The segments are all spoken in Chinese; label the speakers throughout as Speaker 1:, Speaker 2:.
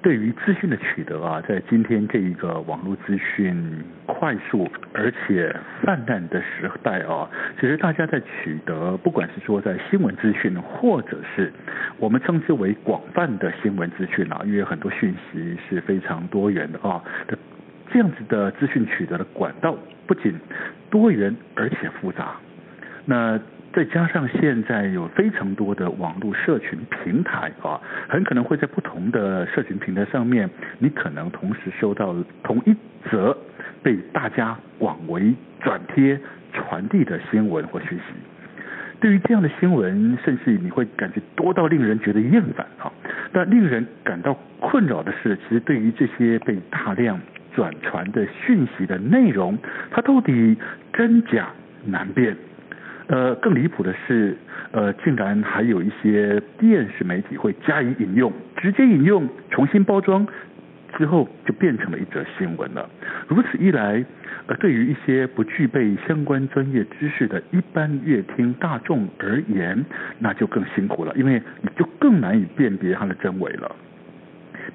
Speaker 1: 对于资讯的取得啊，在今天这一个网络资讯快速而且泛滥的时代啊，其实大家在取得，不管是说在新闻资讯，或者是我们称之为广泛的新闻资讯啊，因为很多讯息是非常多元的啊的这样子的资讯取得的管道，不仅多元而且复杂。那再加上现在有非常多的网络社群平台啊，很可能会在不同的社群平台上面，你可能同时收到同一则被大家广为转贴传递的新闻或讯息。对于这样的新闻，甚至你会感觉多到令人觉得厌烦啊。那令人感到困扰的是，其实对于这些被大量转传的讯息的内容，它到底真假难辨。呃，更离谱的是，呃，竟然还有一些电视媒体会加以引用，直接引用，重新包装之后就变成了一则新闻了。如此一来，呃，对于一些不具备相关专业知识的一般乐听大众而言，那就更辛苦了，因为你就更难以辨别它的真伪了。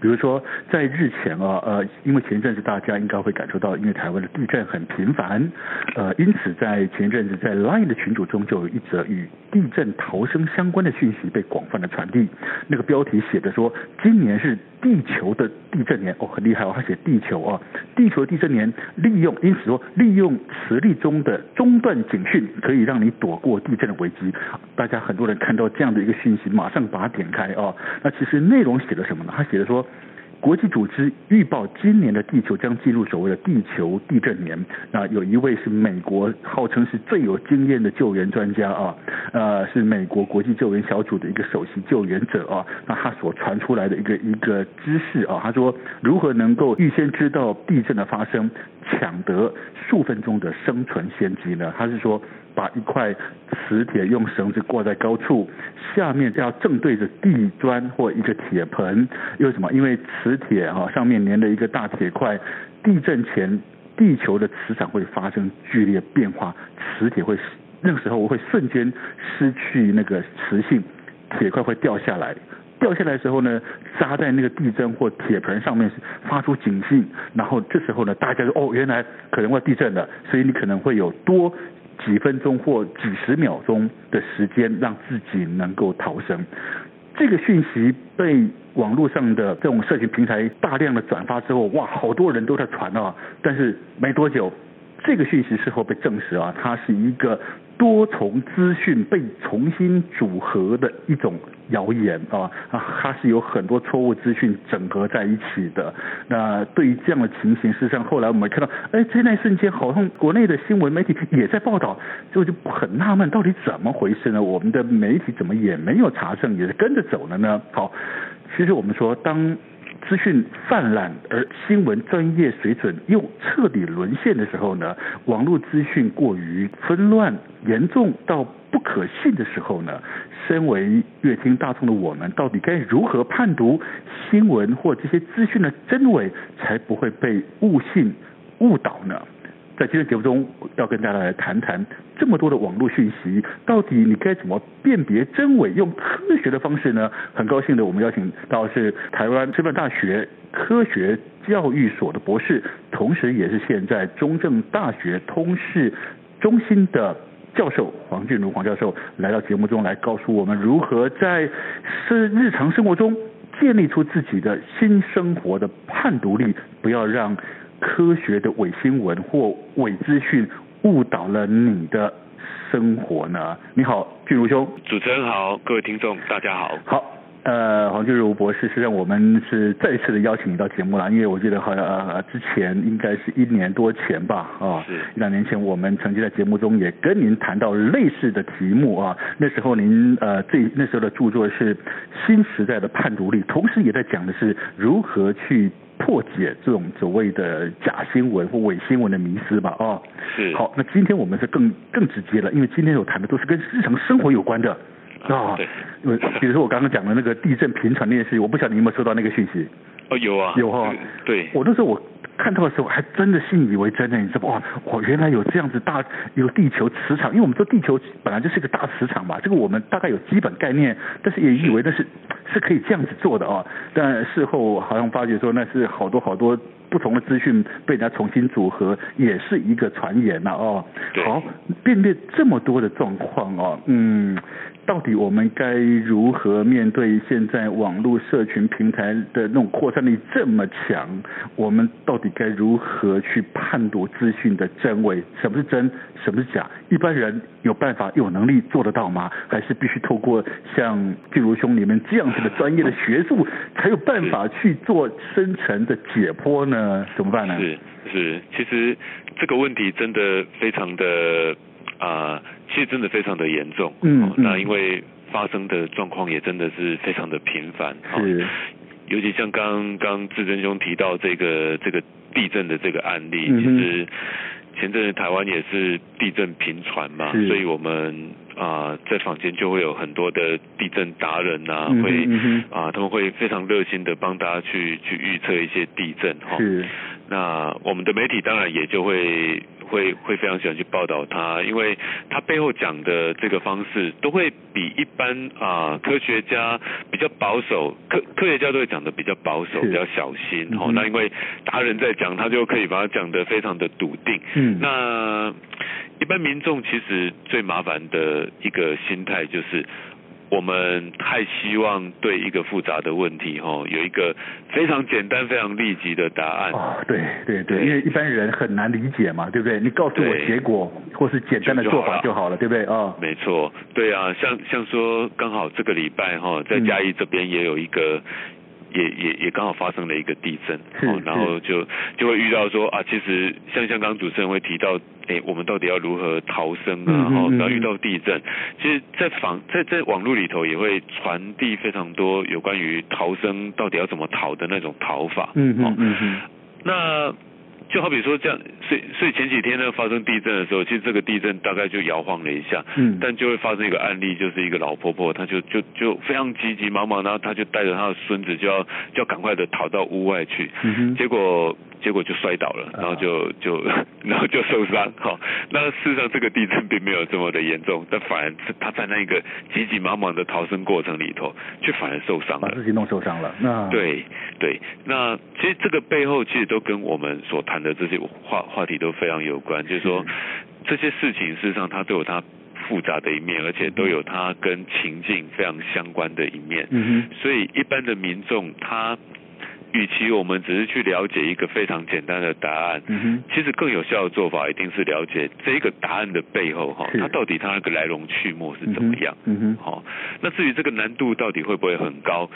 Speaker 1: 比如说，在日前啊，呃，因为前一阵子大家应该会感受到，因为台湾的地震很频繁，呃，因此在前一阵子在 LINE 的群组中就有一则与地震逃生相关的讯息被广泛的传递。那个标题写着说，今年是地球的地震年，哦，很厉害哦，他写地球啊，地球地震年，利用，因此说哦利用磁力中的中断警讯，可以让你躲过地震的危机。大家很多人看到这样的一个讯息，马上把它点开啊。那其实内容写了什么呢？他写的说。国际组织预报今年的地球将进入所谓的地球地震年。那有一位是美国号称是最有经验的救援专家啊，呃，是美国国际救援小组的一个首席救援者啊。那他所传出来的一个一个知识啊，他说如何能够预先知道地震的发生，抢得数分钟的生存先机呢？他是说把一块磁铁用绳子挂在高处，下面要正对着地砖或一个铁盆，因为什么？因为磁磁铁哈、啊、上面粘了一个大铁块，地震前地球的磁场会发生剧烈变化，磁铁会那个时候会瞬间失去那个磁性，铁块会掉下来，掉下来之后呢，扎在那个地震或铁盆上面发出警讯，然后这时候呢，大家就哦原来可能要地震了，所以你可能会有多。几分钟或几十秒钟的时间，让自己能够逃生。这个讯息被网络上的这种社群平台大量的转发之后，哇，好多人都在传啊！但是没多久，这个讯息事后被证实啊，它是一个多重资讯被重新组合的一种谣言啊啊，它是有很多错误资讯整合在一起的。那对于这样的情形，事实上后来我们看到，哎，在那一瞬间，好像国内的新闻媒体也在报道，就就很纳闷，到底怎么回事呢？我们的媒体怎么也没有查证，也是跟着走了呢？好。其实我们说，当资讯泛滥而新闻专业水准又彻底沦陷的时候呢，网络资讯过于纷乱、严重到不可信的时候呢，身为乐听大众的我们，到底该如何判读新闻或这些资讯的真伪，才不会被误信、误导呢？在今天节目中，要跟大家来谈谈这么多的网络讯息，到底你该怎么辨别真伪，用科学的方式呢？很高兴的，我们邀请到是台湾师范大学科学教育所的博士，同时也是现在中正大学通识中心的教授黄俊如黄教授来到节目中来告诉我们如何在是日常生活中建立出自己的新生活的判读力，不要让。科学的伪新闻或伪资讯误导了你的生活呢？你好，俊如兄。
Speaker 2: 主持人好，各位听众大家好。
Speaker 1: 好，呃，黄俊如博士，实际上我们是再一次的邀请你到节目了，因为我记得好像呃之前应该是一年多前吧，啊，
Speaker 2: 是
Speaker 1: 一两年前我们曾经在节目中也跟您谈到类似的题目啊，那时候您呃最那时候的著作是《新时代的叛徒力》，同时也在讲的是如何去。破解这种所谓的假新闻或伪新闻的迷思吧，哦，
Speaker 2: 是
Speaker 1: 好，那今天我们是更更直接了，因为今天有谈的都是跟日常生活有关的，啊，
Speaker 2: 对
Speaker 1: 呃，比如说我刚刚讲的那个地震频传那件事情，我不晓得你有没有收到那个讯息？
Speaker 2: 哦，有啊，
Speaker 1: 有哈、
Speaker 2: 嗯对，
Speaker 1: 我那时候我看到的时候，还真的信以为真呢，你知道吧？哇，我原来有这样子大有地球磁场，因为我们说地球本来就是一个大磁场嘛，这个我们大概有基本概念，但是也以为那是是可以这样子做的啊。但事后好像发觉说那是好多好多不同的资讯被人家重新组合，也是一个传言呐、哦。
Speaker 2: 对
Speaker 1: 好，面对这么多的状况哦，嗯，到底我们该如何面对现在网络社群平台的那种扩散力这么强？我们到底该如何去判读资讯的真伪？什么是真，什么是假？一般人有办法、有能力做得到吗？还是必须透过像巨如兄你们这样子的专业的学术，才有办法去做深层的解剖呢？怎么办呢？
Speaker 2: 是是，其实这个问题真的非常的啊、其实真的非常的严重。
Speaker 1: 嗯
Speaker 2: 哦
Speaker 1: 嗯
Speaker 2: 那因为发生的状况也真的是非常的频繁。哦
Speaker 1: 是
Speaker 2: 尤其像刚刚志珍兄提到这个这个地震的这个案例，
Speaker 1: 嗯哼
Speaker 2: 其实前阵子台湾也是地震频传嘛，
Speaker 1: 是
Speaker 2: 所以我们啊、在坊间就会有很多的地震达人呐、
Speaker 1: 嗯哼
Speaker 2: 会
Speaker 1: 嗯
Speaker 2: 啊、他们会非常热心的帮大家去去预测一些地震哈。
Speaker 1: 是
Speaker 2: 那我们的媒体当然也就会会会非常喜欢去报道它，因为它背后讲的这个方式都会比一般啊、科学家比较保守，科科学家都会讲的比较保守，
Speaker 1: 是
Speaker 2: 比较小心
Speaker 1: 嗯
Speaker 2: 哦。
Speaker 1: 哼
Speaker 2: 那因为达人在讲，他就可以把它讲得非常的笃定。
Speaker 1: 嗯
Speaker 2: 那一般民众其实最麻烦的一个心态就是。我们太希望对一个复杂的问题，哦，有一个非常简单、非常立即的答案。
Speaker 1: 哦，对对对，
Speaker 2: 对
Speaker 1: 因为一般人很难理解嘛，对不对？你告诉我
Speaker 2: 对
Speaker 1: 结果，或是简单的
Speaker 2: 就
Speaker 1: 做法
Speaker 2: 就
Speaker 1: 就好了，对不对？哦，
Speaker 2: 没错，对啊，像像说刚好这个礼拜哈、在
Speaker 1: 嗯
Speaker 2: 嘉义这边也有一个。也也也刚好发生了一个地震，
Speaker 1: 是
Speaker 2: 哦，然后就就会遇到说啊，其实像像刚刚主持人会提到，哎，我们到底要如何逃生啊？
Speaker 1: 嗯嗯
Speaker 2: 哦，
Speaker 1: 嗯
Speaker 2: 然后遇到地震，其实在访在在网络里头也会传递非常多有关于逃生到底要怎么逃的那种逃法，
Speaker 1: 嗯
Speaker 2: 哦
Speaker 1: 嗯嗯嗯，
Speaker 2: 那就好比说这样，所以所以前几天呢发生地震的时候，其实这个地震大概就摇晃了一下，
Speaker 1: 嗯
Speaker 2: 但就会发生一个案例，就是一个老婆婆，她就就就非常急急忙忙，然后她就带着她的孙子就要就要赶快的逃到屋外去，
Speaker 1: 嗯啊哼
Speaker 2: 结果结果就摔倒了，然后就就 然后就受伤。 好、那事实上这个地震并没有这么的严重，但反而是她在那个急急忙忙的逃生过程里头，却反而受伤
Speaker 1: 把
Speaker 2: 了。
Speaker 1: 自己弄受伤了，那，
Speaker 2: 对对，那其实这个背后其实都跟我们所谈的这些话话题都非常有关，就是说
Speaker 1: 嗯
Speaker 2: 这些事情事实上它都有它复杂的一面，而且都有它跟情境非常相关的一面。
Speaker 1: 嗯
Speaker 2: 所以一般的民众他，与其我们只是去了解一个非常简单的答案，
Speaker 1: 哼，嗯
Speaker 2: 其实更有效的做法一定是了解这个答案的背后哈，
Speaker 1: 是
Speaker 2: 它到底它那个来龙去脉是
Speaker 1: 哼，
Speaker 2: 怎么样。
Speaker 1: 嗯哼？嗯哼，
Speaker 2: 好、那至于这个难度到底会不会很高，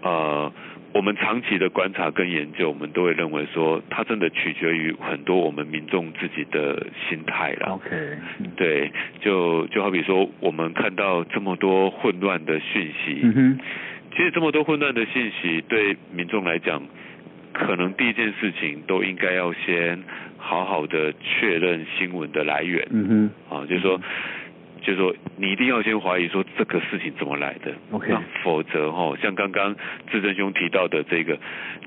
Speaker 2: 呃，我们长期的观察跟研究，我们都会认为说，它真的取决于很多我们民众自己的心态啦。
Speaker 1: ，OK，嗯
Speaker 2: 对，就就好比说，我们看到这么多混乱的讯息，
Speaker 1: 嗯哼，
Speaker 2: 其实这么多混乱的信息，对民众来讲，可能第一件事情都应该要先好好的确认新闻的来源。
Speaker 1: 嗯哼
Speaker 2: 啊，就是说，就是说，你一定要先怀疑说这个事情怎么来的
Speaker 1: OK
Speaker 2: 那否则哈、像刚刚志正兄提到的这个，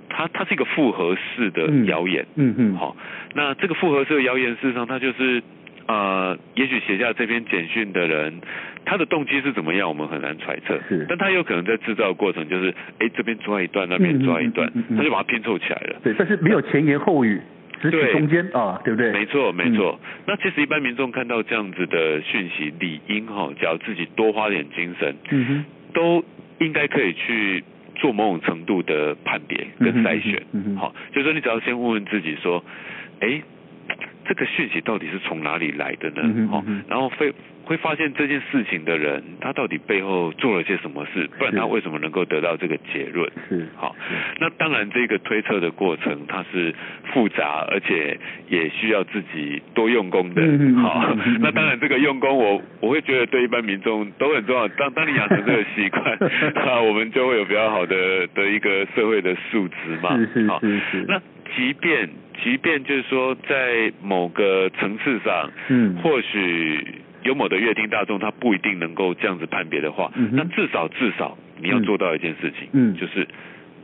Speaker 2: 它它是一个复合式的
Speaker 1: 嗯
Speaker 2: 谣言，
Speaker 1: 嗯哼，
Speaker 2: 好、那这个复合式的谣言，事实上它就是呃，也许写下这篇简讯的人，他的动机是怎么样，我们很难揣测。
Speaker 1: 是
Speaker 2: 但他有可能在制造的过程就是，哎，这边抓一段，那边抓一段，
Speaker 1: 嗯嗯嗯嗯嗯
Speaker 2: 他就把它拼凑起来了。
Speaker 1: 对，但是没有前言后语，只取
Speaker 2: 对
Speaker 1: 中间啊，对不嗯对？
Speaker 2: 没错，没错。那其实一般民众看到这样子的讯息，理应哈、只要自己多花点精神，
Speaker 1: 嗯哼，
Speaker 2: 都应该可以去做某种程度的判别跟筛选。
Speaker 1: 嗯哼嗯哼
Speaker 2: 好，就是说你只要先问问自己说，哎，这个讯息到底是从哪里来的呢？
Speaker 1: 嗯哼
Speaker 2: 好、
Speaker 1: 嗯哼
Speaker 2: 然后会会发现这件事情的人，他到底背后做了些什么事，不然
Speaker 1: 是
Speaker 2: 他为什么能够得到这个结论？
Speaker 1: 嗯是
Speaker 2: 好，那当然这个推测的过程它是复杂，而且也需要自己多用功的。
Speaker 1: 嗯嗯嗯
Speaker 2: 好
Speaker 1: 嗯嗯嗯，，
Speaker 2: 那当然这个用功我我会觉得对一般民众都很重要。当当你养成这个习惯 那我们就会有比较好的的一个社会的素质嘛。
Speaker 1: 是是
Speaker 2: 好
Speaker 1: 是是
Speaker 2: 那即便即便就是说在某个层次上，
Speaker 1: 嗯
Speaker 2: 或许有某的乐听大众他不一定能够这样子判别的话，
Speaker 1: 嗯哼
Speaker 2: 那至少至少你要
Speaker 1: 嗯
Speaker 2: 做到一件事情，
Speaker 1: 嗯
Speaker 2: 就是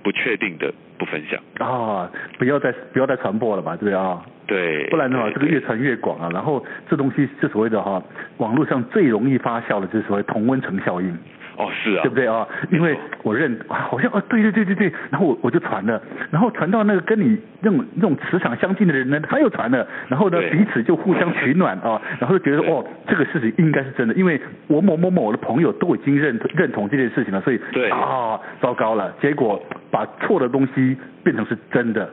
Speaker 2: 不确定的不分享。
Speaker 1: 啊，不要再不要再传播了嘛，对不对啊？
Speaker 2: 对，
Speaker 1: 不然的话，
Speaker 2: 对
Speaker 1: 这个越
Speaker 2: 对
Speaker 1: 传越广啊。然后这东西是所谓的哈、网络上最容易发酵的就是所谓同温层效应，
Speaker 2: 哦是啊，
Speaker 1: 对不对啊？因为我认啊好像哦，对对对对对，然后我我就传了，然后传到那个跟你那种那种磁场相近的人呢，他又传了，然后呢
Speaker 2: 对
Speaker 1: 彼此就互相取暖 啊，然后就觉得
Speaker 2: 对
Speaker 1: 哦，这个事情应该是真的，因为我某某某的朋友都已经认认同这件事情了，所以
Speaker 2: 对
Speaker 1: 啊，糟糕了，结果把错的东西变成是真的，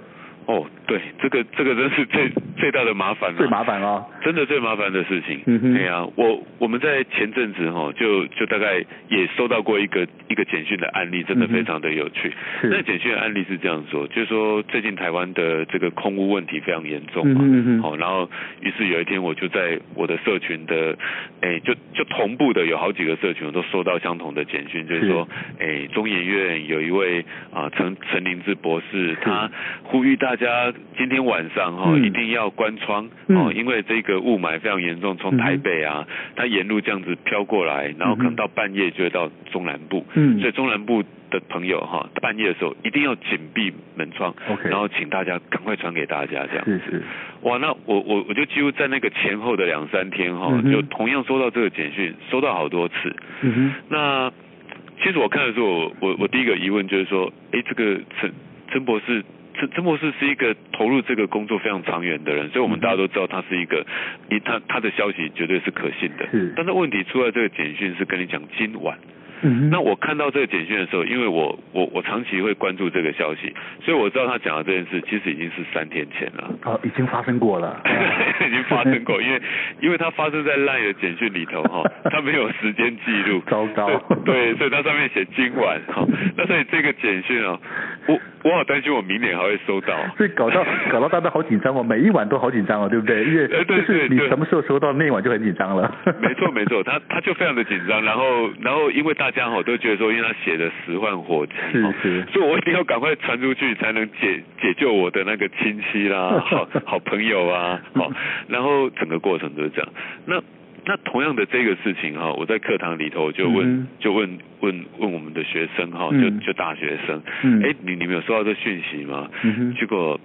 Speaker 2: 哦对，这个这个真是最最大的麻烦了、
Speaker 1: 最麻烦啊。
Speaker 2: 真的最麻烦的事情。
Speaker 1: 嗯哼
Speaker 2: 对啊，我我们在前阵子哈、就就大概也收到过一个一个简讯的案例，真的
Speaker 1: 嗯哼
Speaker 2: 非常的有趣。
Speaker 1: 是
Speaker 2: 那简讯的案例是这样说，就是说最近台湾的这个空屋问题非常严重
Speaker 1: 嗯
Speaker 2: 嘛。
Speaker 1: 哼嗯哼
Speaker 2: 好、然后于是有一天我就在我的社群的，哎，就就同步的有好几个社群我都收到相同的简讯，就是说，哎，中研院有一位啊、陈陈林志博士，他呼吁大家今天晚上哈、
Speaker 1: 嗯
Speaker 2: 一定要关窗、
Speaker 1: 嗯
Speaker 2: 哦，因为这个雾霾非常严重，从台北啊，它沿路这样子飘过来，然后
Speaker 1: 嗯
Speaker 2: 可
Speaker 1: 哼
Speaker 2: 能到半夜就会到中南部，
Speaker 1: 嗯
Speaker 2: 所以中南部的朋友哈、半夜的时候一定要紧闭门窗
Speaker 1: OK
Speaker 2: 然后请大家赶快传给大家这样。
Speaker 1: 是是，
Speaker 2: 哇，那我我我就几乎在那个前后的两三天哈、
Speaker 1: 嗯哼
Speaker 2: 就同样收到这个简讯，收到好多次。
Speaker 1: 嗯
Speaker 2: 那其实我看的时候，我我我第一个疑问就是说，哎，这个陈陈博士，陈陈博士是一个投入这个工作非常长远的人，所以我
Speaker 1: 嗯
Speaker 2: 们大家都知道他是一个，一他他的消息绝对是可信的。
Speaker 1: 是
Speaker 2: 但是问题出在这个简讯是跟你讲今晚，
Speaker 1: 哼，嗯哼，
Speaker 2: 那我看到这个简讯的时候，因为我我我长期会关注这个消息，所以我知道他讲的这件事其实已经是三天前了。
Speaker 1: 哦，已经发生过 了，，
Speaker 2: 已经发生过，因为因为它发生在 LINE 的简讯里头哈，它没有时间记录
Speaker 1: 糟糕
Speaker 2: 对，对所以它上面写今晚哈，那所以这个简讯哦，我我好担心我明年还会收到，
Speaker 1: 所以搞 到搞到大家好紧张哦，每一晚都好紧张哦，对不对？因为
Speaker 2: 呃
Speaker 1: 就
Speaker 2: 对
Speaker 1: 是
Speaker 2: 对
Speaker 1: 你
Speaker 2: 对
Speaker 1: 什么时候收到那一晚就很紧张了。
Speaker 2: 没错没错，他他就非常的紧张，然后然后因为大家哈都觉得说，因为他写的十万火急
Speaker 1: 是
Speaker 2: 哦，
Speaker 1: 是
Speaker 2: 所以我一定要赶快传出去，才能解解救我的那个亲戚啦， 好好朋友啊，好，然后整个过程都是这样。那那同样的这个事情哈，我在课堂里头就问、
Speaker 1: 嗯
Speaker 2: 就问问问我们的学生哈，就
Speaker 1: 嗯
Speaker 2: 就大学生，
Speaker 1: 嗯
Speaker 2: 哎、你你们有收到这讯息吗？
Speaker 1: 嗯哼
Speaker 2: 结果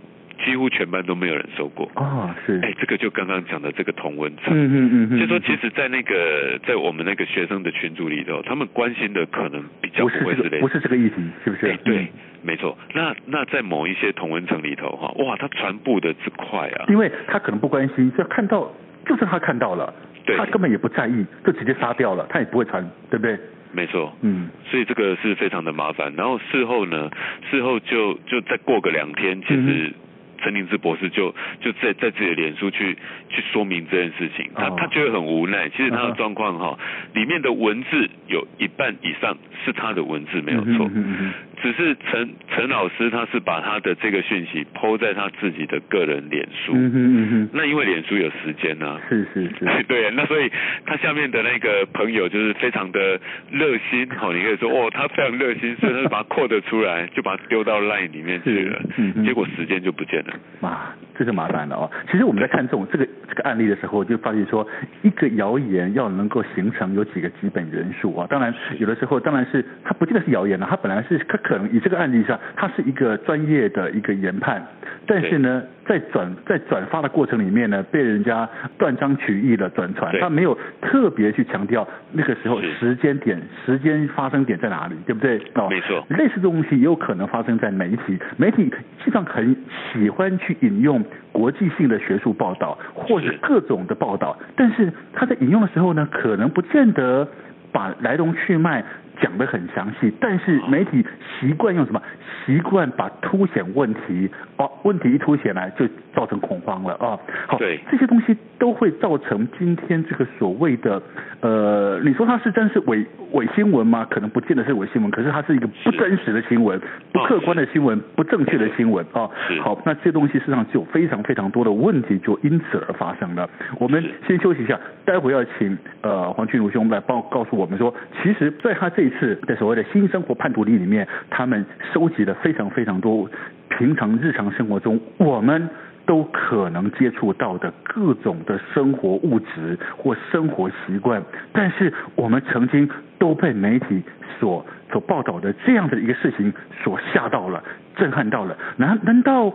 Speaker 2: 几乎全班都没有人收过。
Speaker 1: 啊，是，
Speaker 2: 哎，这个就刚刚讲的这个同文层，
Speaker 1: 嗯嗯嗯嗯，
Speaker 2: 就说其实，在那个在我们那个学生的群组里头，他们关心的可能比较
Speaker 1: 不
Speaker 2: 不
Speaker 1: 是
Speaker 2: 会
Speaker 1: 这
Speaker 2: 是
Speaker 1: 个
Speaker 2: 类
Speaker 1: 不
Speaker 2: 似。
Speaker 1: 是这个议题，是不是嗯
Speaker 2: 哎？对，没错。那那在某一些同文层里头哈，哇，它传播的之快啊
Speaker 1: 嗯，，因为他可能不关心，就看到就是他看到了，
Speaker 2: 对
Speaker 1: 他根本也不在意，就直接杀掉了，他也不会传，对不对？
Speaker 2: 没错。
Speaker 1: 嗯，
Speaker 2: 所以这个是非常的麻烦。然后事后呢，事后就就再过个两天，其
Speaker 1: 嗯
Speaker 2: 实陈林之博士就就在在自己的脸书去去说明这件事情，他
Speaker 1: 哦
Speaker 2: 他觉得很无奈。其实他
Speaker 1: 嗯
Speaker 2: 的
Speaker 1: 哼
Speaker 2: 状况哈，里面的文字有一半以上是他的文字没有错
Speaker 1: 嗯哼，嗯哼嗯
Speaker 2: 只是陈陈老师他是把他的这个讯息抛在他自己的个人脸书，
Speaker 1: 嗯哼嗯哼，
Speaker 2: 那因为脸书有时间呢、
Speaker 1: 是是是，
Speaker 2: 对，啊那所以他下面的那个朋友就是非常的热心，哦，你可 以说哦，他非常热心，所以他就把它 code 出来，就把它丢到 line 里面去了
Speaker 1: 是嗯，哼
Speaker 2: 结果时间就不见了。
Speaker 1: 啊，这是麻烦了哦。其实我们在看这种这个这个案例的时候，就发现说，一个谣言要能够形成有几个基本元素啊。当然，有的时候当然是它不见得是谣言了，它本来是它可能以这个案例上，它是一个专业的一个研判，但是呢，在转在转发的过程里面呢，被人家断章取义的转传，
Speaker 2: 对
Speaker 1: 他没有特别去强调那个时候
Speaker 2: 是
Speaker 1: 时间点、时间发生点在哪里，对不对？哦，
Speaker 2: 没错
Speaker 1: 类似的东西也有可能发生在媒体，媒体实际上很喜欢去引用国际性的学术报道或是
Speaker 2: 是
Speaker 1: 各种的报道，但是他在引用的时候呢，可能不见得把来龙去脉讲得很详细，但是媒体习惯用什么？习惯把凸显问题，哦，问题一凸显来就造成恐慌了啊、好，
Speaker 2: 对
Speaker 1: 这些东西都会造成今天这个所谓的呃，你说它是真是伪伪新闻吗？可能不见得是伪新闻，可是它是一个不
Speaker 2: 是
Speaker 1: 真实的新闻，不
Speaker 2: 哦
Speaker 1: 客观的新闻，不正确的新闻啊
Speaker 2: 是。
Speaker 1: 好，那这东西事实上就有非常非常多的问题就因此而发生了。我们
Speaker 2: 是
Speaker 1: 先休息一下，待会要请呃黄俊如兄来帮我告诉我们说，其实在他这一次的所谓的新生活叛徒力里面，他们收集了非常非常多平常日常生活中我们。都可能接触到的各种的生活物质或生活习惯，但是我们曾经都被媒体所所报道的这样的一个事情所吓到了、震撼到了。难难道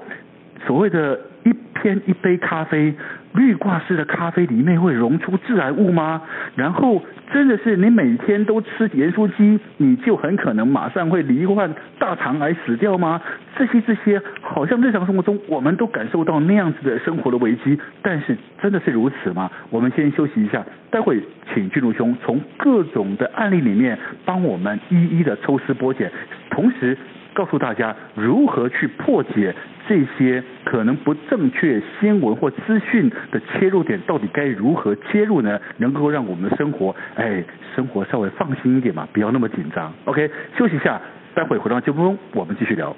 Speaker 1: 所谓的一片一杯咖啡，绿挂式的咖啡里面会溶出致癌物吗？然后真的是你每天都吃盐酥鸡，你就很可能马上会罹患大肠癌死掉吗？这些这些，好像日常生活中我们都感受到那样子的生活的危机，但是真的是如此吗？我们先休息一下，待会请俊如兄从各种的案例里面帮我们一一的抽丝剥茧，同时告诉大家如何去破解这些可能不正确新闻或资讯的切入点，到底该如何切入呢？能够让我们的生活，哎，生活稍微放心一点嘛，不要那么紧张。OK，休息一下，待会回到节目中我们继续聊。